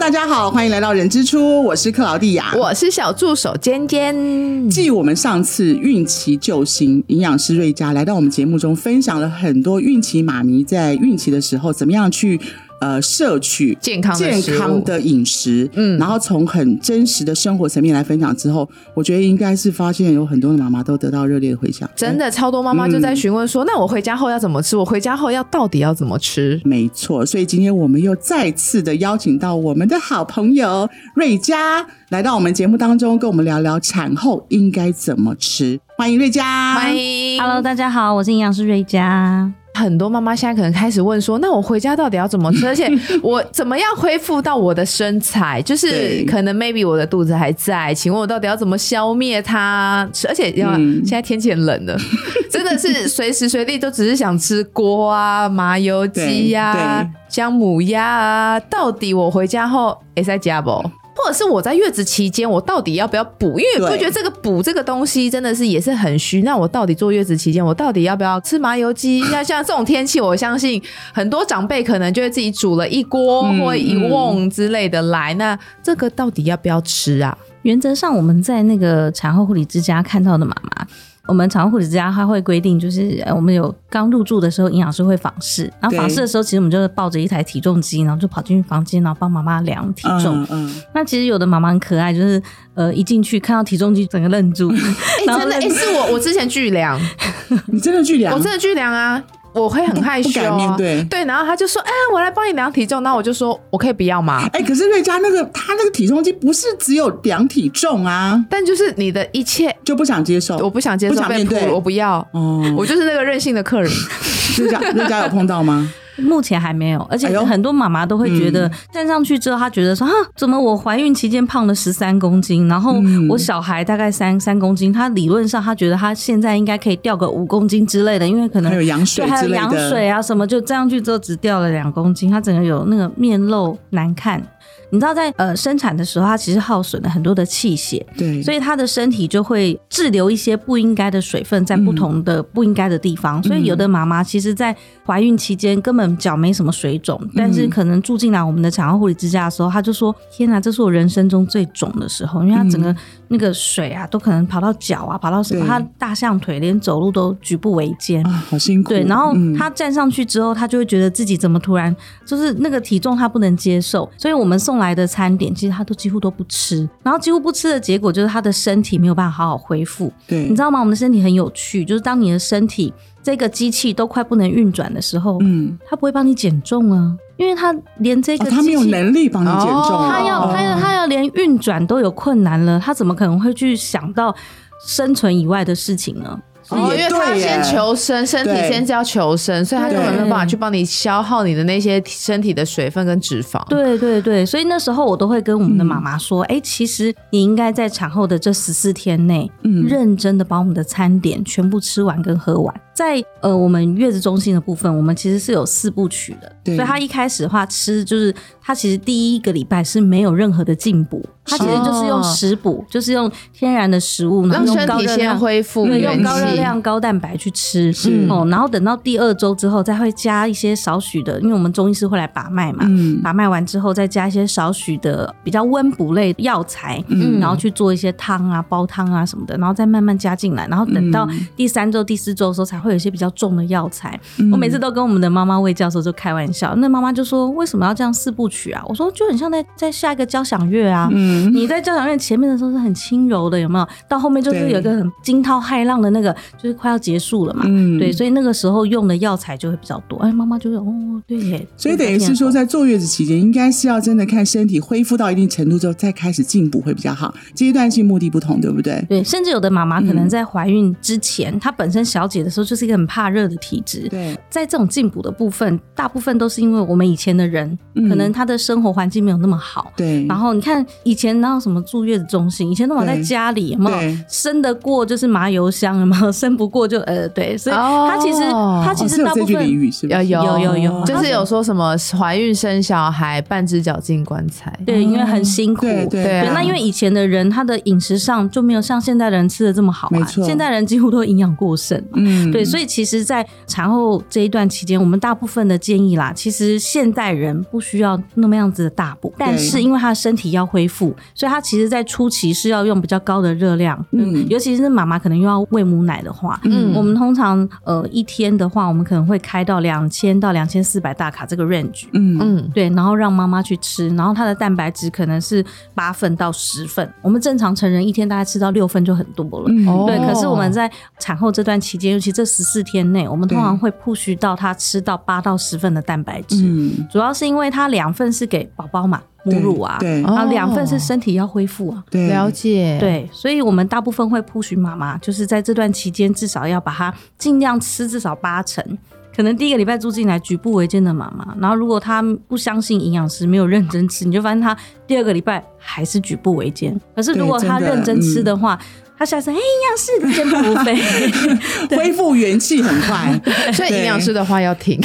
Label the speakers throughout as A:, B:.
A: 大家好，欢迎来到人之初，我是克劳蒂 亚。
B: 我是小助手尖尖。
A: 继我们上次孕期救星营养师瑞佳来到我们节目中，分享了很多孕期妈咪在孕期的时候怎么样去呃摄取
B: 健康的
A: 健
B: 食物
A: 康的饮食，嗯，然后从很真实的生活层面来分享之后，我觉得应该是发现有很多的妈妈都得到热烈的回响，
B: 真的，超多妈妈就在询问说：“那我回家后要怎么吃？我回家后要到底要怎么吃
A: 没错，所以今天我们又再次的邀请到我们的好朋友瑞佳来到我们节目当中，跟我们聊聊产后应该怎么吃。欢迎瑞？”佳，
B: 欢。迎
C: Hello，大家好，我是营养师瑞佳。
B: 很多妈妈现在可能开始问说：“那我回家到底要怎么吃？而 且我怎么样恢复到我的身材？就是
A: 对
B: 可能 maybe 我的肚子还在，请问我到底要怎么消灭它？而且要、
A: 嗯
B: 现在天气很 冷了，真的是随时随地都只是想吃锅啊、麻油鸡呀、
A: 对对
B: 姜母鸭啊。到底我回家后也在家不？或者是我在月子期间，我到底要不要补？因为
A: 对
B: 我觉得这个补这个东西真的是也是很虚。那我到底坐月子期间，我到底要不要吃麻油鸡？像像这种天气，我相信很多长辈可能就会自己煮了一锅
A: 嗯
B: 或一瓮之类的来。那这个到底要不要吃啊？
C: 原则上，我们在那个产后护理之家看到的妈妈，我们产后护理之家它会规定，就是呃我们有刚入住的时候，营养师会访视，然后
A: 对
C: 访视的时候，其实我们就是抱着一台体重机，然后就跑进房间，然后帮妈妈量体重。
A: 嗯嗯，
C: 那其实有的妈妈很可爱，就是呃一进去看到体重机，整个愣住，
B: 哎、
A: 啊
C: 然后
B: 真的，哎、
C: 愣
B: 是我，我之前巨量，
A: 哎你真的去量
B: 我真的巨量啊，我会很害
A: 不
B: 羞、
A: 敢面
B: 啊。
A: 对。
B: 对，然后他就说：“哎、我来帮你量体重。”然后我就说：“我可以不要吗？”
A: 哎、可是瑞佳那个她那个体重机不是只有量体重啊，
B: 但就是你的一切，
A: 就不想接受。
B: 我不想接
A: 不
B: 受
A: 想
B: 被
A: 面
B: 铺
A: 对
B: 路，我不要，
A: 哦，
B: 我就是那个任性的客人。
A: 瑞佳瑞佳有碰到 吗？
C: 目前还没有，而且
A: 哎呦嗯
C: 很多妈妈都会觉得站上去之后，她觉得说啊，怎么我怀孕期间胖了十三公斤，然后
A: 嗯
C: 我小孩大概三三公斤，她理论上她觉得她现在应该可以掉个五公斤之类的，因为可
A: 还有
C: 能。
A: 羊
C: 对，
A: 水
C: 还
A: 之
C: 有
A: 类
C: 羊
A: 的。
C: 水啊什么，就站上去之后只掉了两公斤，她整个有那个面露难看。你知道在呃生产的时候，她其实耗损了很多的气血，
A: 对，
C: 所以她的身体就会滞留一些不应该的水分在不同的不应该的地方。所以有的妈妈其实，在怀孕期间根本脚没什么水肿，但是可能住进来我们的产后护理之家的时候，她就说：“天哪、这是我人生中最肿的时候，因为她整个那个水啊，都可能跑到脚啊，跑到什么，
A: 对
C: 她大象腿连走路都举步维艰。
A: 啊，好辛苦。
C: 对，然后
A: 嗯
C: 她站上去之后，她就会觉得自己怎么突然就是那个体重她不能接受，所以我们送来的餐点其实她都几乎都不吃，然后几乎不吃的结果就是她的身体没有办法好好恢复。
A: 对，
C: 你知道吗？我们的身体很有趣，就是当你的身体这个机器都快不能运转的时候，
A: 嗯，
C: 它不会帮你减重啊，因为它连这个
A: 哦，
C: 机器、
A: 他没有能力帮你减重，
B: 哦
C: 他要他要他要连运转都有困难了，他怎么可能会去想到生存以外的事情呢？
A: 哦
B: 因
A: 也
B: 为他
A: 对耶
B: 先求生，身体
A: 对
B: 先是要求生，所以他根本没有
C: 对
B: 办法去帮你消耗你的那些身体的水分跟脂肪。，
C: 对对对，所以那时候我都会跟我
B: 嗯
C: 们的妈妈说，哎、其实你应该在产后的这十四天内，
A: 嗯
C: 认真的把我们的餐点全部吃完跟喝完。在呃，我们月子中心的部分，我们其实是有四部曲的，
A: 对
C: 所以他一开始的话吃就是他其实第一个礼拜是没有任何的进补，他其实就是用食补，就是用天然的食物，然
B: 哦让
C: 后用
B: 身
C: 高
B: 体
C: 热
B: 先
C: 量。
B: 恢复
C: 对，用
B: 元
C: 高热
B: 气。
C: 量、高蛋白去吃，
A: 是
C: 哦，然后等到第二周之后，再会加一些少许的，因为我们中医师会来把脉嘛，
A: 嗯，
C: 把脉完之后，再加一些少许的比较温补类药材，
A: 嗯
C: 然后去做一些汤啊、煲汤啊什么的，然后再慢慢加进来，然后等到
A: 嗯
C: 第三周、第四周的时候，才会有一些比较重的药材。
A: 嗯
C: 我每次都跟我们的妈妈喂教授就开玩笑，那妈妈就说：“为什么要这样四部曲啊？”我说：“就很像在在下一个交响乐啊。
A: 嗯
C: 你在交响乐前面的时候是很轻柔的，有没有？到后面就是
A: 对
C: 有一个很惊涛骇浪的那个，就是快要结束了嘛。
A: 嗯
C: 对，所以那个时候用的药材就会比较多。哎，妈妈就会哦，对耶。
A: 所以等于是说，在坐月子期间，应该是要真的看身体恢复到一定程度之后，再开始进补会比较好。阶段性目的不同，对不对？
C: 对，甚至有的妈妈可
A: 嗯
C: 能在怀孕之前，她本身小姐的时候就是一个很怕热的体质。
A: 对，
C: 在这种进补的部分，大部分都是因为我们以前的人，
A: 嗯
C: 可能她的生活环境没有那么好。
A: 对，
C: 然后你看以前哪有什么住月子中心，以前都往在
A: 对
C: 家里，有没有
A: 对
C: 生得过就是麻油香，有没 有生不过就呃对，所以
B: 哦
C: 她其实她
A: 哦
C: 其
A: 是
C: 实
A: 有
C: 大
A: 这
C: 部
A: 句
C: 分呃
A: 俚语是不
B: 有
A: 是？
B: 有
C: 有有
B: 就是有说什么怀孕生小孩，半只脚进棺材。
C: 对，因为很辛
A: 哦
C: 苦，
A: 对对
B: 对啊
C: 对，那因为以前的人他的饮食上就没有像现代人吃的这么好
A: 没
C: 啊，
A: 错
C: 现代人几乎都营养过剩嘛。
A: 嗯，
C: 对，对，所以其实，在产后这一段期间，我们大部分的建议啦，其实现代人不需要那么样子的大补，但是因为他的身体要恢复，所以他其实在初期是要用比较高的热量，
A: 嗯
C: 嗯，尤其是妈妈可能又要喂母奶的话，
B: 嗯
C: 我们通常呃一天的话，我们可能会开到两千到两千四百大卡这个 range。
A: 嗯
B: 嗯
C: 对，然后让妈妈去吃，然后她的蛋白质可能是八份到十份，我们正常成人一天大概吃到六份就很多了。
A: 嗯
B: 哦
C: 对，可是我们在产后这段期间，尤其这十四天内，我们通常会 push 到她吃到八到十份的蛋白质，
A: 嗯，
C: 主要是因为她两份是给宝宝嘛，母
A: 对
C: 乳啊，
A: 对
B: 哦
C: 然后两份是身体要恢复啊。
A: 对，
B: 了解，，
C: 对，所以我们大部分会 push 妈妈，就是在这段期间至少要把它尽量吃至少八成。可能第一个礼拜住进来举步维艰的妈妈，然后如果她不相信营养师，没有认真吃，你就发现她第二个礼拜还是举步维艰。可是如果
A: 对真
C: 她
A: 的
C: 认真吃的话，她下次哎营养师健步如飞，
A: 恢复元气很 快。
B: 所以营养师的话要听，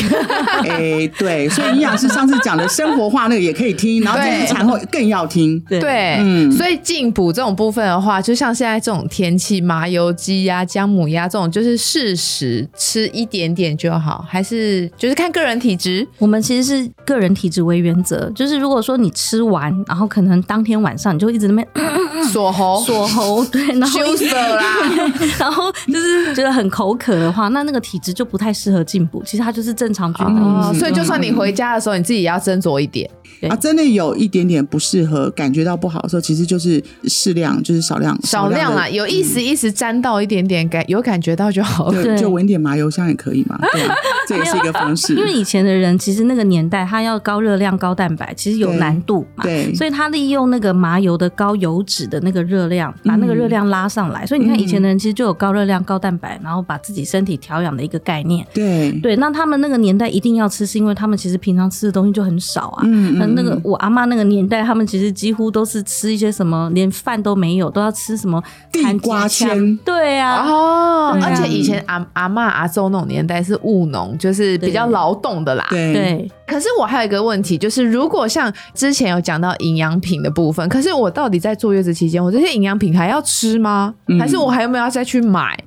A: 哎，对，所以营养师上次讲的生活化那个也可以听，然后这
B: 对
A: 次产后更要听。
C: 对
B: 对，
A: 嗯
B: 所以进补这种部分的话，就像现在这种天气，麻油鸡呀、姜母鸭这种，就是适时吃一点点就好，还是就是看个人体质。
C: 我们其实是个人体质为原则，就是如果说你吃完，然后可能当天晚上你就一直在那边
B: 锁 喉、
C: 锁喉，对，嗯然后一
B: 哦羞涩啦，
C: 然后就是觉得很口渴的话，那那个体质就不太适合进补。其实它就是正常菌的饮
B: 哦，
C: 食。嗯
B: 所以就算你回家的时候，你自己也要斟酌一点。
C: 对
A: 啊，真的有一点点不适合，感觉到不好的时候，其实就是适量，就是少量，
B: 少量啦，
A: 啦，
B: 有意思意思沾到一点点感，有感觉到就好了。
A: 对，
C: 对
A: 就闻点麻油香也可以嘛，对，这也是一个方 式
C: 因。为以前的人其实那个年代，他要高热量、高蛋白，其实有难度嘛。
A: 对，
C: 所以他利用那个麻油的高油脂的那个热量，
A: 嗯
C: 把那个热量拉上来。所以你看，以前的人其实就有高热量、高蛋白，然后把自己身体调养的一个概念。
A: 对，
C: 对，那他们那个年代一定要吃，是因为他们其实平常吃的东西就很少啊。
A: 嗯
C: 那那个我阿妈那个年代，他们其实几乎都是吃一些什么，连饭都没有，都要吃什么
A: 地
C: 番茄
A: 瓜
C: 酱
A: 签
C: 对啊，
B: 哦，
C: 对啊
B: 而且以前阿阿嬷阿周那种年代是务农，就是比较
C: 对
B: 劳动的啦。
A: 对
C: 对，
B: 可是我还有一个问题，就是如果像之前有讲到营养品的部分，可是我到底在坐月子期间，我这些营养品还要吃吗？
A: 嗯
B: 还是我还有没有要再去买？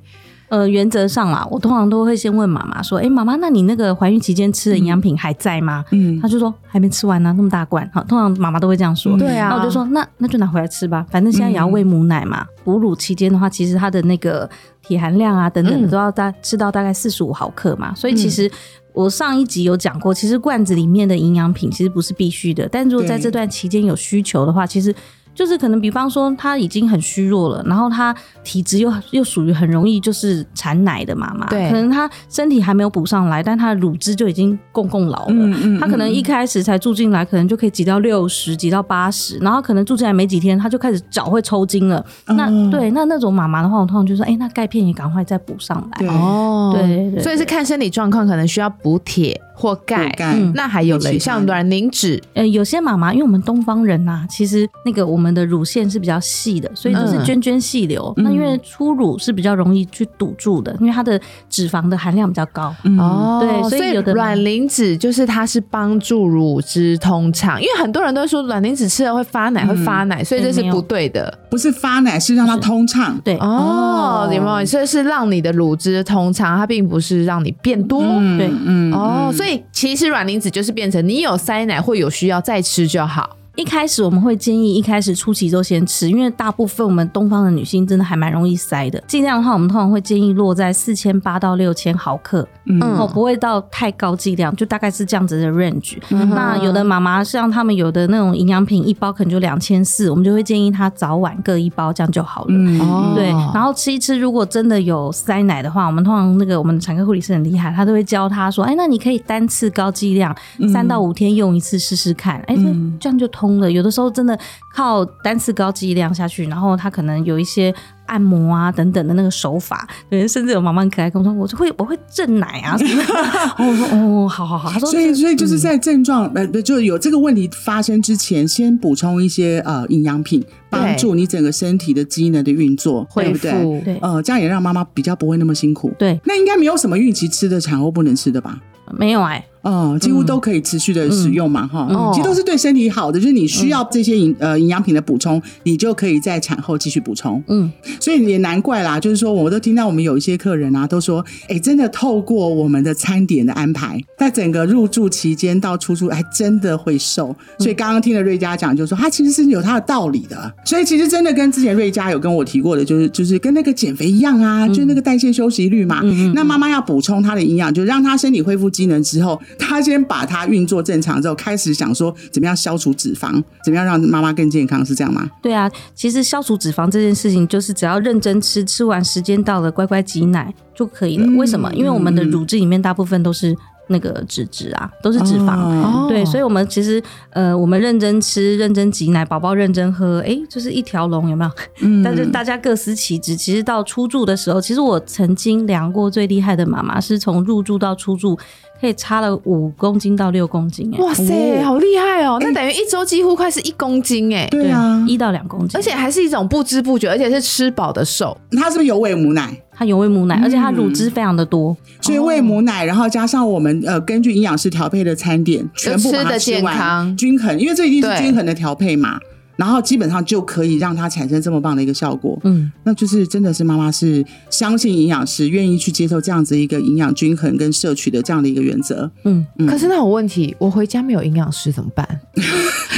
C: 呃，原则上啦，我通常都会先问妈妈说：“哎、妈妈，那你那个怀孕期间吃的营养品还在吗？”
A: 嗯
C: 她就说：“还没吃完呢、那么大罐。”好，通常妈妈都会这样说。
A: 对
C: 然
B: 啊嗯
C: 后我就说：“那那就拿回来吃吧，反正现在也要喂母奶嘛。哺乳期间的话，其实它的那个铁含量啊等等的
B: 嗯
C: 都要大吃到大概四十五毫克嘛，所以其实。我上一集有讲过，其实罐子里面的营养品其实不是必须的，但如果在
A: 对
C: 这段期间有需求的话，其实就是可能，比方说她已经很虚弱了，然后她体质又又属于很容易就是产奶的妈妈，
B: 对
C: 可能她身体还没有补上来，但她的乳汁就已经供供老了，
A: 嗯
C: 他可能一开始才住进来，可能就可以挤到六十，挤到八十，然后可能住进来没几天，他就开始脚会抽筋了。那
A: 哦
C: 对，那那种妈妈的话，我通常就说，哎、那钙片也赶快再补上来。
A: 对
B: 哦
C: 嗯对对对
B: 所以是看身体状况，可能需要补铁或钙。
A: 盖
C: 嗯
B: 那还有
A: 或其
B: 嘞，
A: 他
B: 像卵磷脂，
C: 呃，有些妈妈，因为我们东方人呐、其实那个我们的乳腺是比较细的，所以就是
A: 嗯
C: 涓涓细流。那因为初乳是比较容易去堵住的，因为它的脂肪的含量比较高。
B: 哦，
C: 嗯对所
B: 所
C: 以有的
B: 卵磷脂就是它是帮助乳汁通畅，因为很多人都说卵磷脂吃了会发奶，会发奶，所以这是
C: 嗯没有
B: 不对的。
A: 不是发奶，是让它通畅。
C: 对，
B: 哦，有没有？所以是让你的乳汁通畅，它并不是让你变多。
A: 嗯
C: 对
A: 嗯
B: 哦，所以其实卵磷脂就是变成你有塞奶或有需要再吃就好。
C: 一开始我们会建议一开始初期都先吃，因为大部分我们东方的女性真的还蛮容易塞的。剂量的话，我们通常会建议落在四千八到六千毫克，
A: 嗯
C: 哦，不会到太高剂量，就大概是这样子的 range。
B: 嗯哼
C: 那有的妈妈像她们有的那种营养品一包可能就两千四，我们就会建议她早晚各一包，这样就好了。
A: 嗯
B: 哦
C: 对，然后吃一吃，如果真的有塞奶的话，我们通常那个我们的产科护理师很厉害，他都会教他说，哎，那你可以单次高剂量，三到五天用一次试试看，哎，这
A: 嗯
C: 这样就通了。有的时候真的靠单次高剂量下去，然后他可能有一些。按摩啊，等等的那个手法，对，甚至有妈妈很可爱跟我说，我就会我会震奶啊什么的。哦，我说哦，好好好，他说
A: 所以，所以就是在症状呃，不就有这个问题发生之前，先补充一些呃营养品，帮助你整个身体的机能的运作，对
B: 恢
A: 不对？
B: 复
C: 对
A: 呃，这样也让妈妈比较不会那么辛苦。
C: 对，
A: 那应该没有什么孕期吃的产后不能吃的吧？
C: 没有哎、
A: 嗯，几乎都可以持续的使用嘛，哈、
B: 嗯
A: 其实都是对身体好的。就是你需要这些营呃营养品的补充，你就可以在产后继续补充。
C: 嗯，
A: 所以也难怪啦，就是说我都听到我们有一些客人啊，都说，哎、真的透过我们的餐点的安排，在整个入住期间到出住，还真的会瘦。所以刚刚听了瑞佳讲，就是说他其实是有他的道理的。所以其实真的跟之前瑞佳有跟我提过的，就是就是跟那个减肥一样啊，就是那个代谢休息率嘛。那妈妈要补充她的营养，就让她身体恢复机能之后，她先把它运作正常之后，开始想说怎么样消除脂肪，怎么样让妈妈更健康，是这样吗？
C: 对啊，其实消除脂肪这件事情，就是只要认真吃，吃完时间到了，乖乖挤奶就可以了。为什么？
B: 嗯
C: 因为我们的乳汁里面大部分都是那个脂质啊，都是脂肪。
A: 哦
C: 对，所以，我们其实，呃，我们认真吃、认真挤奶，宝宝认真喝，哎，就是一条龙，有没有？
B: 嗯
C: 但是大家各司其职。其实到出住的时候，其实我曾经量过最厉害的妈妈，是从入住到出住，可以差了五公斤到六公斤、诶
B: 哇塞，
A: 哦
B: 好厉害哦！那等于一周几乎快是一公斤哎，
A: 对啊，
C: 一到两公斤，
B: 而且还是一种不知不觉，而且是吃饱的瘦。
A: 她是不是有喂母奶？
C: 它有喂母奶，而且它乳
B: 嗯
C: 汁非常的多。
A: 所以喂母奶，然后加上我们呃根据营养师调配的餐点，全部把它吃
B: 吃得健
A: 完，
B: 康
A: 均衡，因为这一定是
B: 对
A: 均衡的调配嘛。然后基本上就可以让它产生这么棒的一个效果，
C: 嗯，
A: 那就是真的是妈妈是相信营养师，愿意去接受这样子一个营养均衡跟摄取的这样的一个原则。
C: 嗯，
B: 可是那有问题，我回家没有营养师怎么办？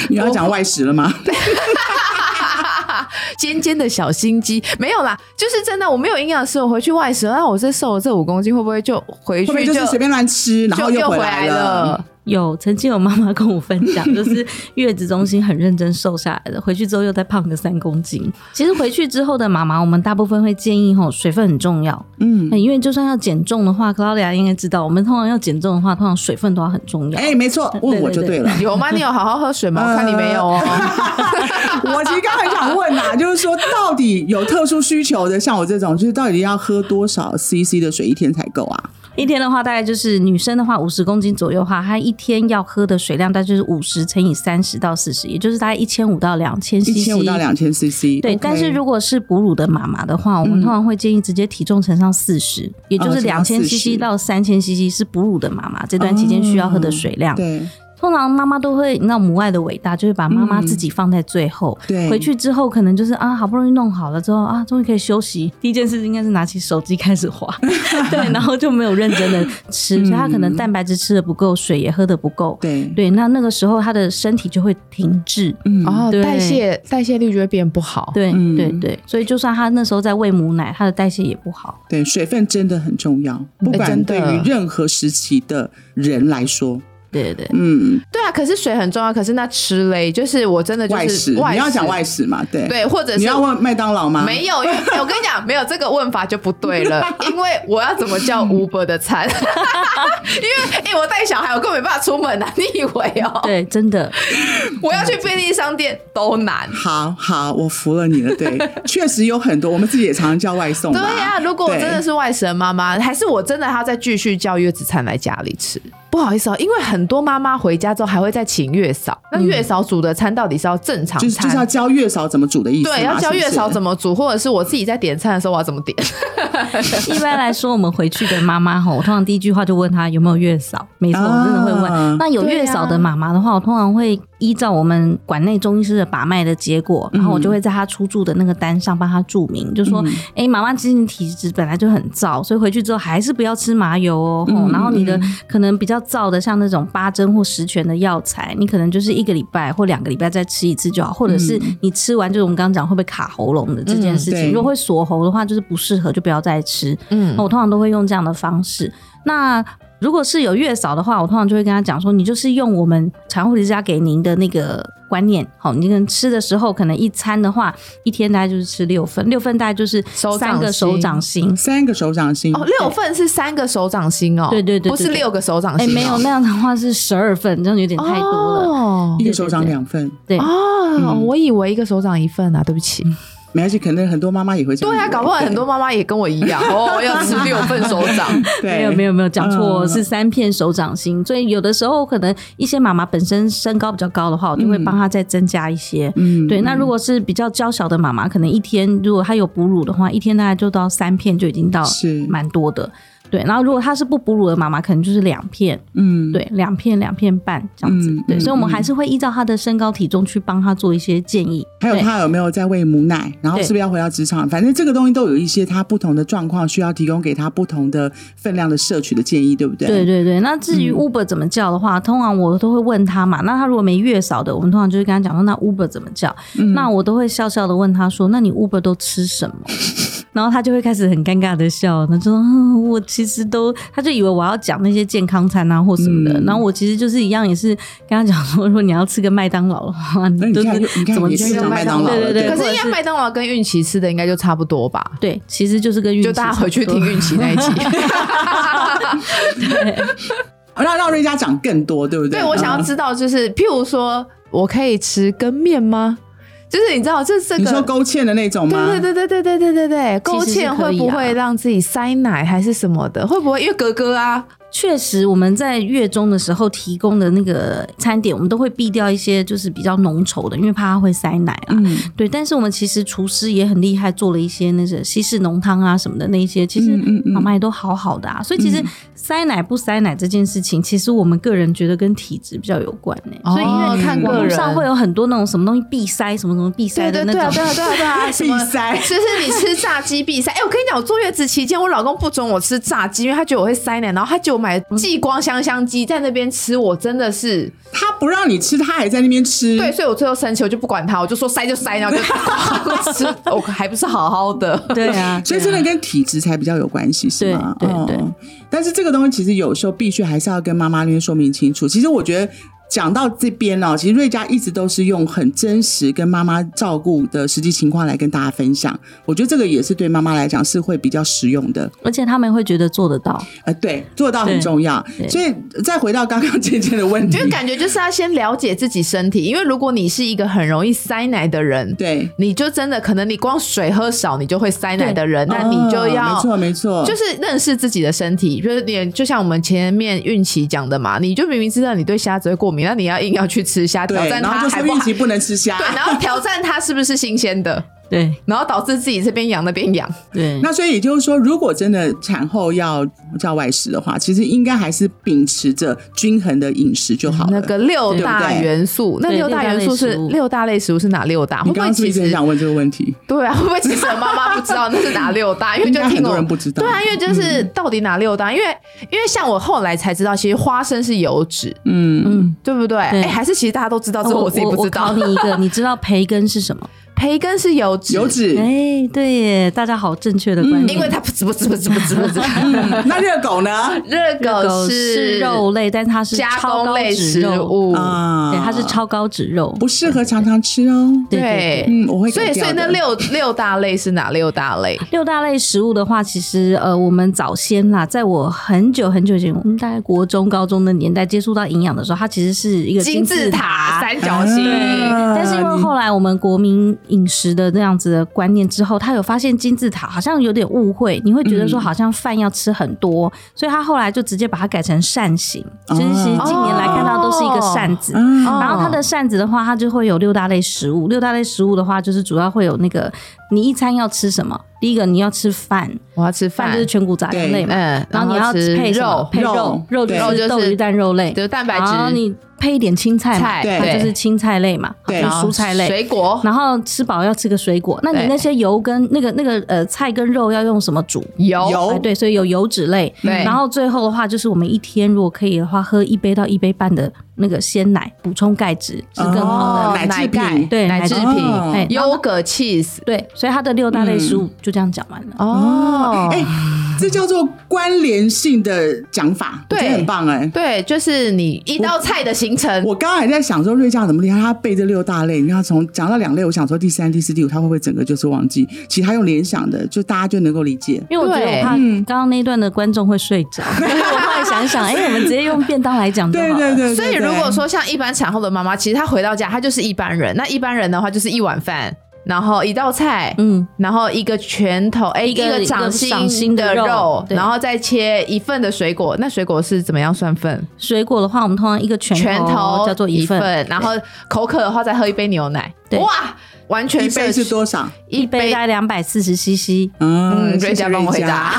A: 你要讲外食了 吗？
B: 尖尖的小心机没有啦，就是真的，我没有营养师，我回去外食，啊那我这瘦了这五公斤，会不会就
A: 会
B: 回去
A: 不会就是随便乱吃，然后
B: 就又
A: 回
B: 来
A: 了？
B: 了？
C: 有曾经有妈妈跟我分 享，就是月子中心很认真瘦下来的，回去之后又再胖个三公斤。其实回去之后的妈妈，我们大部分会建议吼水分很重要，
A: 嗯，
C: 因为就算要减重的话，Claudia 应该知道，我们通常要减重的话，通常水分都要很重要。
A: 哎、没错，问我就对了。
B: 有吗？你有好好喝水吗？
A: 嗯
B: 我看你没有哦。
A: 我其实刚很想问啦，就是说到底有特殊需求的，像我这种，就是到底要喝多少 CC 的水一天才够啊？
C: 一天的话，大概就是女生的话，五十公斤左右的话，她一天要喝的水量大概就是五十乘以三十到四十，也就是大概一千五到两千 CC。
A: 一千五到两千 CC。
C: 对
A: OK 嗯
C: 但是如果是哺乳的妈妈的话，我们通常会建议直接体重乘上四十、也就是
A: 哦乘上
C: 两千
A: 40
C: CC 到三千 CC 是哺乳的妈妈这段期间需要喝的水量。
A: 哦对
C: 通常妈妈都会，你知道母爱的伟大，就是把妈妈自己放在最后。
A: 嗯对
C: 回去之后可能就是啊，好不容易弄好了之后啊，终于可以休息。第一件事应该是拿起手机开始 滑，对，然后就没有认真的吃，所以她可能蛋白质吃的不够，水也喝的不够。
A: 嗯对
C: 对，那那个时候她的身体就会停滞。
A: 嗯
B: 哦，
C: 对
B: 代谢代谢率就会变不好。
C: 对、
A: 嗯
C: 对对，所以就算她那时候在喂母奶，她的代谢也不好。
A: 对，水分真的很重要，不管
B: 嗯真的
A: 对于任何时期的人来说，
C: 对对
A: 嗯，
B: 对啊，可是水很重要。可是那吃嘞，就是我真的就
A: 外食
B: 是
A: 你要讲外食嘛，对
B: 对，或者是
A: 你要问麦当劳吗？
B: 没有，因为哎我跟你讲，没有这个问法就不对 了，因为我要怎么叫 Uber 的餐？ 因为哎、我带小孩，我根本没办法出门啊！你以为哦、
C: 对，真的，
B: 我要去便利商店都难。
A: 好好，我服了你了。 对，确实有很多，我们自己也常常叫外送嘛。
B: 对呀、如果我
A: 对
B: 真的是外省妈妈，还是我真的还要再继续叫月子餐来家里吃？不好意思哦、因为很多妈妈回家之后还会再请月嫂，那
C: 嗯
B: 月嫂煮的餐到底是要正常
A: 就
B: 餐？
A: 是就是要教月嫂怎么煮的意思嘛。
B: 对，要教月嫂怎
A: 么
B: 么煮，或者是我自己在点餐的时候我要怎么 点？
C: 一般来说，我们回去的妈妈吼，我通常第一句话就问她有没有月嫂。没错，
A: 啊
C: 我真的会问。那有
B: 对呀
C: 月嫂的妈妈的话，我通常会依照我们馆内中医师的把脉的结果，然后我就会在她出住的那个单上帮她注明，就说：哎、妈妈其实你体质本来就很燥，所以回去之后还是不要吃麻油哦。吼然后你的可能比较燥的，像那种八珍或十全的药材，你可能就是一个礼拜或两个礼拜再吃一次就好，或者是你吃完，就是我们刚刚讲会不会卡喉咙的这件事
A: 嗯对
C: 情，如果会锁喉的话，就是不适合，就不要再吃。
B: 嗯
C: 那，我通常都会用这样的方式。那如果是有月嫂的话，我通常就会跟他讲说，你就是用我们产后之家给您的那个观念，好，你可能吃的时候，可能一餐的话，一天大概就是吃六份，六份大概就是
B: 手掌
C: 三个手
B: 心
C: 掌心。
A: 三个手掌心
B: 哦，六份是三个手掌心哦，
C: 对对对对
B: 不是六个手掌
C: 哎、
B: 心哦、
C: 没有那样的话是十二份，这样有点太多了。嗯
B: 哦
A: 一个手掌
C: 对对对
A: 两份，
C: 对，
B: 哦我以为一个手掌一份啊，对不起。
C: 嗯
A: 没关系，可能很多妈妈也会这样以
B: 对
A: 为。
B: 啊，搞不好很多妈妈也跟我一样，哦，要吃六份手掌。
A: 对
C: 没有没有没有讲错，
A: 嗯
C: 是三片手掌心。所以有的时候可能一些妈妈本身身高比较高的话，我就会
B: 嗯
C: 帮她再增加一些。
A: 嗯
C: 对，那如果是比较娇小的妈妈，可能一天如果她有哺乳的话，一天大概就到三片就已经到
A: 是
C: 蛮多的。对，然后如果她是不哺乳的妈妈，可能就是两片，
A: 嗯，
C: 对，两片两片半这样子。
A: 嗯
C: 对，
A: 嗯
C: 所以我们还是会依照她的身高体重去帮她做一些建议。
A: 还有
C: 对
A: 他有没有在喂母奶，然后
C: 对
A: 是不是要回到职场？反正这个东西都有一些他不同的状况，需要提供给他不同的分量的摄取的建议，对不对？
C: 对对对，那至于
A: 嗯
C: Uber 怎么叫的话，通常我都会问他嘛。那他如果没月嫂的，我们通常就会跟他讲说，那 Uber 怎么叫？那我都会笑笑的问他说，那你 Uber 都吃什么？ 然后他就会开始很尴尬的笑，他说、嗯我其实都，他就以为我要讲那些健康餐啊或什么的。
A: 嗯
C: 然后我其实就是一样，也是跟他讲说，如果你要吃个麦当劳的话，
A: 那你
C: 都
A: 看
C: 是
A: 你看
C: 怎么
A: 也
C: 吃
A: 是
B: 讲
A: 讲
B: 麦
A: 麦当
B: 当劳
A: 劳
C: 对
A: 了，
C: 对对
B: 可是
C: 或者
B: 应该
C: 是
B: 麦当劳跟孕期吃的应该就差不多吧？
C: 对，其实就是跟孕
B: 就
C: 期
B: 大家
C: 差不
B: 回去
C: 多
B: 听孕期那一集。
A: 让让瑞佳讲更多，对不对？
B: 对，我想要
A: 嗯。
B: 知道，就是譬如说我可以吃跟面吗？就是你知道，这这
A: 你说
B: 个。
A: 勾芡的那种吗？
B: 对对对对对对对对对，勾
C: 其实是
B: 芡
C: 可
B: 会
C: 以
B: 不
C: 啊
B: 会让自己塞奶还是什么的？会不会因为格格啊？
C: 确实，我们在月中的时候提供的那个餐点，我们都会避掉一些就是比较浓稠的，因为怕它会塞奶啦。
A: 嗯
C: 对，但是我们其实厨师也很厉害，做了一些那个西式浓汤啊什么的那一些，其实
A: 嗯嗯嗯
C: 妈妈也都好好的啊。所以其实塞奶不塞奶这件事情，其实我们个人觉得跟体质比较有关呢、所以因为
B: 哦看
C: 网
B: 个
C: 络
B: 人，
C: 上会有很多那种什么东西必塞，什么什么必塞
B: 对
C: 的
B: 对对
C: 那种。
B: 啊对啊对啊对 啊，什么
A: 必塞
B: 就是你吃炸鸡必塞。哎、我跟你讲，我坐月子期间，我老公不准我吃炸鸡，因为他觉得我会塞奶，然后他就买
C: 嗯
B: 继光香香鸡在那边吃，我真的是
A: 他不让你吃，他还在那边吃。
B: 对，所以我最后生气，我就不管他，我就说塞就塞， 然后就狂吃，我还不是好好的。
C: 对啊，
A: 所以真的跟体质才比较有关系，是吗？
C: 对对对
A: 哦但是这个东西其实有时候必须还是要跟妈妈那边说明清楚。其实我觉得。讲到这边哦，其实瑞佳一直都是用很真实跟妈妈照顾的实际情况来跟大家分享，我觉得这个也是对妈妈来讲是会比较实用的。
C: 而且他们会觉得做得到。
A: 呃，对，做到很重要。
C: 对对
A: 所以再回到刚刚健健的问题
B: 因，为感觉 就是要先了解自己身体，因为如果你是一个很容易塞奶的人，
A: 对，
B: 你就真的可能你光水喝少，你就会塞奶的人，那你就
A: 哦
B: 要、
A: 没错没错，
B: 就是认识自己的身体，就是你就像我们前面孕期讲的嘛，你就明明知道你对虾子会过敏，那你要硬要去吃虾，挑
A: 对，
B: 战
A: 然后
B: 它
A: 就
B: 还
A: 说
B: 不
A: 孕
B: 好
A: 期不能吃虾，
B: 对，然后挑战它是不是新鲜的，
C: 对
B: 然后导致自己这边痒那边痒。
C: 对，
A: 那所以也就是说，如果真的产后要叫外食的话，其实应该还是秉持着均衡的饮食就好了。
B: 那个六大
A: 对不对
B: 元素，那
C: 对
B: 六大元素是
C: 六大类食
B: 六大类食
C: 物
B: 物是哪六大？会
A: 你
B: 不
A: 刚
B: 会
A: 刚是不
B: 其
A: 是很
B: 实
A: 想问这个问题？
B: 对啊？会不会其实我妈妈不知道那是哪六大？因为
A: 应
B: 就
A: 该
B: 听
A: 很多
B: 我
A: 人不知道。
B: 对啊，因为就是到底哪六大？因为因为像我后来才知道，其实花生是油脂，
A: 嗯，
C: 嗯，
B: 对不对？哎、还是其实大家都知道，只有我自己不知
C: 哦我
B: 道
C: 考。你一个，你知道培根是什么？
B: 培根是油脂，
A: 油脂。
C: 哎，对耶，大家好正确的观念。
B: 嗯因为它不吃不吃不吃不吃不吃。
A: 嗯那热 狗呢？
B: 热狗
C: 狗是肉类，但它是
B: 加
C: 超
B: 工
C: 高
B: 类
C: 脂
B: 食
C: 肉，
B: 物，
A: 啊，
C: 对，它是超高脂肉。
A: 不适合常常吃哦。
C: 对对
B: 对，
A: 嗯，我会
B: 所以
A: 改掉
B: 所以那
A: 的
B: 六六大类是哪六大类？
C: 六大类食物的话，其实呃，我们早先啦，在我很久很久以前，我们大概国中、高中的年代接触到营养的时候，它其实是一个
B: 金字
C: 字
B: 塔、三角形。
A: 啊
C: 但是因为
A: 你
C: 后来我们国民饮食的那样子的观念之后，他有发现金字塔好像有点误会，你会觉得说好像饭要吃很多，所以他后来就直接把它改成扇形。
A: 哦
C: 其实其实近年来看到都是一个扇子。
A: 嗯
B: 哦
C: 然后它的扇子的话，它就会有六大类食物。六大类食物的话，就是主要会有那个你一餐要吃什么。第一个你要吃饭，
B: 我要吃
C: 饭
B: 饭，
C: 就是全谷杂粮类嘛。
B: 嗯，
C: 然后你要
B: 吃
C: 配什么
B: 肉，
C: 配肉
A: 肉，
C: 肉
A: 对
C: 就是豆鱼蛋肉类，
B: 就是蛋白质
C: 然后你配一点青菜嘛，
B: 菜
A: 对
C: 它
B: 对
C: 就是青菜类嘛，
A: 对
C: 就
B: 然
C: 是
B: 后
C: 蔬菜类。
B: 水果
C: 然后吃饱要吃个水果，那你
B: 对
C: 那些油跟那个那个呃菜跟肉要用什么煮？
B: 油
A: 油
C: 哎，对，所以有油脂类。
B: 对
C: 然后最后的话，就是我们一天如果可以的话，喝一杯到一杯半的那个鲜奶，补充钙质是更好
A: 哦
C: 的。
A: 奶制品
B: 盖
C: 对
B: 嗯奶
C: 奶
B: 制
C: 制
A: 哦
B: 品
C: 哎，
B: 优格 cheese
C: 对，所以它的六大类食物
B: 嗯
C: 就这样讲完了。
B: 哦
A: 哎，这叫做关联性的讲法，我觉得
B: 对
A: 很棒哎。
B: 对，就是你一道菜的行程，
A: 我刚刚还在想说瑞佳怎么厉害，他背这六大类，你看他从讲到两类，我想说第三、第四、第五，他会不会整个就是忘记？其实他用联想的，就大家就能够理解。
C: 因为我觉得
B: 对
C: 我怕刚刚那一段的观众会睡 着，所以我后来想想，哎，我们直接用便当来讲就好
A: 对
C: 了。
A: 对对对
B: 所以
A: 对
B: 如果说像一般产后的妈妈，其实她回到家，她就是一般人。那一般人的话，就是一碗饭，然后一道菜，
C: 嗯，
B: 然后一个拳头，哎、
C: 一个
B: 个掌
C: 一个掌心
B: 的
C: 的
B: 肉，
C: 肉对
B: 然后再切一份的水果。那水果是怎么样算份？
C: 水果的话，我们通常一个拳
B: 拳头
C: 哦叫做
B: 一
C: 一份，
B: 然后口渴的话再喝一杯牛奶。
C: 对
B: 哇，完全
A: 一杯
B: 摄
A: 是
B: 取
A: 多少？
B: 一
C: 一杯大概两百四十 CC。
A: 嗯
B: 嗯，瑞
A: 谢谢
B: 佳帮我回答。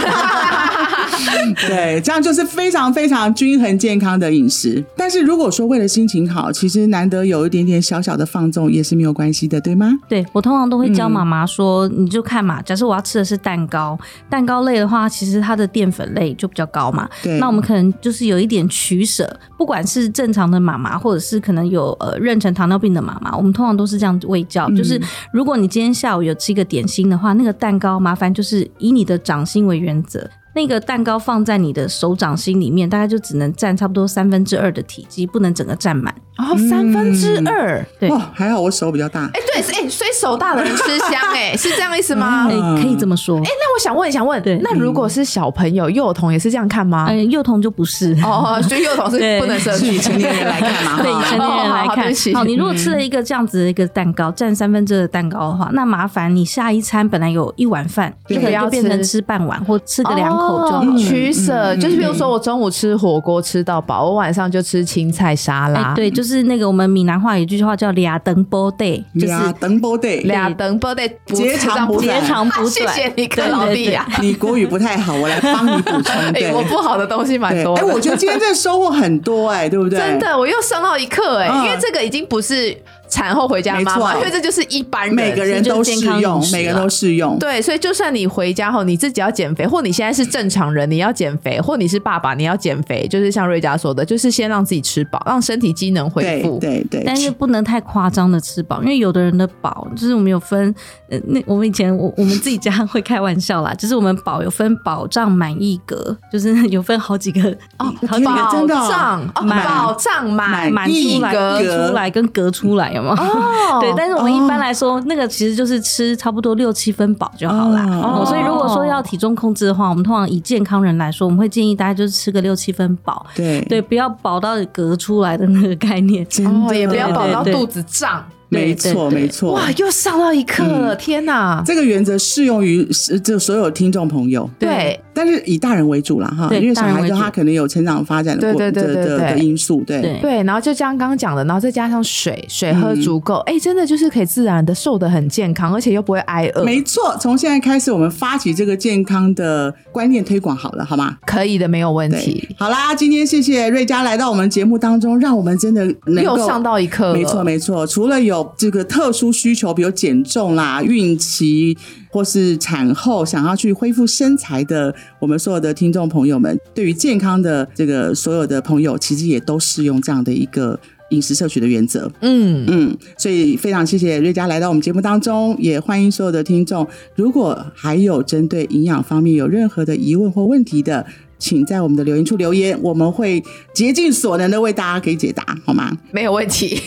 A: 对，这样就是非常非常均衡健康的饮食。但是如果说为了心情好，其实难得有一点点小小的放纵也是没有关系的，对吗？
C: 对我通常都会教妈妈说，你就看嘛，假设我要吃的是蛋糕，蛋糕类的话，其实它的淀粉类就比较高嘛。
A: 对
C: 那我们可能就是有一点取舍，不管是正常的妈妈，或者是可能有呃妊娠糖尿病的妈妈，我们通常都是这样喂教，就是如果你今天下午有吃一个点心的话，那个蛋糕麻烦就是以你的掌心为原则。那个蛋糕放在你的手掌心里面，大概就只能占差不多三分之二的体积，不能整个占满。
B: 哦，三分之二，
C: 对
A: 哇，还好我手比较大。
B: 嗯哎，对，是哎，所以手大的人吃香， 哎，是这样意思吗？
C: 哎、
B: 哎，
C: 可以这么说。
B: 那我想问，想问
C: 对，
B: 那如果是小朋友、幼童也是这样看吗？
C: 嗯，幼童就不是。
B: 哦，哦所以幼童是
C: 对
B: 不能摄
A: 是以
B: 取
A: 成年人来看嘛，
C: 对，以
A: 哈
C: 成年人来
B: 啊哦好对
C: 看
B: 不起，
C: 好，你如果吃了一个这样子的一个蛋糕，占三分之二的蛋糕的话，那麻烦你下一餐本来有一碗饭，
A: 对
C: 就可
B: 不
C: 能
B: 要
C: 就变
B: 吃
C: 成吃半碗或吃个两口就好
B: 哦
C: 了。
B: 取舍
A: 嗯嗯
B: 就是比如说，我中午吃火锅吃到饱，我晚上就吃青菜沙
C: 哎、
B: 拉。
C: 对，就是那个我们闽南话有一句话叫“俩灯波 day”，就是
A: 呀，啊等不得，
B: 俩等不得不
A: 截
B: 吃到
A: 长补
B: 饱
A: 短
C: 截长补短。
B: 谢谢你，克劳
C: 对
B: 地亚。
A: 你国语不太好，我来帮你补充。
B: 哎，
A: 对，
B: 我不好的东西蛮
A: 对，
B: 多的。
A: 哎，我觉得今天这收获很多，哎，对不对？
B: 真。的，我又上到一课哎、
A: 嗯
B: 因为这个已经不是产后回家的妈
A: 没
B: 妈，
A: 错
B: 因为这就是一般人
A: 每个人都适
C: 这就是健康
A: 用
C: 饮，食
A: 每个人都适用。
B: 对，所以就算你回家后你自己要减肥，或你现在是正常人你要减肥，或你是爸爸你要减肥，就是像瑞佳说的，就是先让自己吃饱，让身体机能恢
A: 对
B: 复。
A: 对对，
C: 但是不能太夸张的吃饱，因为有的人的饱就是我们有分，呃，那我们以前我我们自己家会开玩笑啦，就是我们饱有分保障满意格，就是有分好几个哦，好
A: 天
C: 几
A: 哪
C: 个
A: 真的哦
B: 保障，哦
A: 满
B: 保障满
C: 满
A: 意
C: 出来
A: 格
C: 出来跟隔出来有吗？
B: 哦
C: 对，但是我们一般来说，那个其实就是吃差不多六七分饱就好啦。
A: 哦
B: 嗯
C: 哦，所以如果说要体重控制的话，我们通常以健康人来说，我们会建议大家就是吃个六七分饱，
A: 对
C: 对，不要饱到隔出来的那个概念。
A: 真
B: 哦，
A: 的
B: 也不要饱到
C: 对对
B: 肚子胀。
A: 没错
C: 对对对
A: 没错。
B: 哇，嗯又上到一课了，天哪！
A: 这个原则适用于是就所有听众朋友，
B: 对，
A: 但是以大人为主啦哈，
C: 对
A: 因为小孩
C: 大人为
A: 就
C: 主
A: 他可能有成长发展的过
B: 对对
A: 的
B: 对
A: 的
B: 对对
A: 的因素，对
C: 对
B: 对，然后就像刚刚讲的，然后再加上水，水喝足够，哎、真的就是可以自然的瘦的很健康，而且又不会挨饿。
A: 没错。从现在开始，我们发起这个健康的观念推广好了，好吗？
B: 可以的，没有问
A: 对
B: 题，。
A: 好啦，今天谢谢瑞佳来到我们节目当中，让我们真的能
B: 又
A: 够
B: 上到一课了，
A: 没错，没错。除了有这个特殊需求，比如减重啦、孕期或是产后想要去恢复身材的，我们所有的听众朋友们，对于健康的这个所有的朋友，其实也都适用这样的一个饮食摄取的原则。
B: 嗯，
A: 嗯，所以非常谢谢瑞佳来到我们节目当中，也欢迎所有的听众，如果还有针对营养方面有任何的疑问或问题的。请在我们的留言处留言，我们会竭尽所能的为大家给解答，好吗？
B: 没有问 题。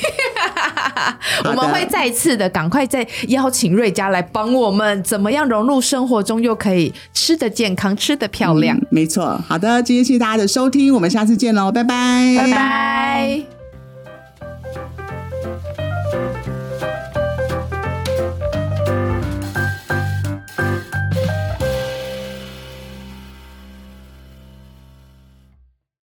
A: 好
B: 我
A: 的
B: 们会再次的赶快再邀请瑞佳来帮我们，怎么样融入生活中又可以吃的健康、吃的漂亮。
A: 嗯没错，好的，今天谢谢大家的收听，我们下次见喽，拜拜，
B: 拜拜。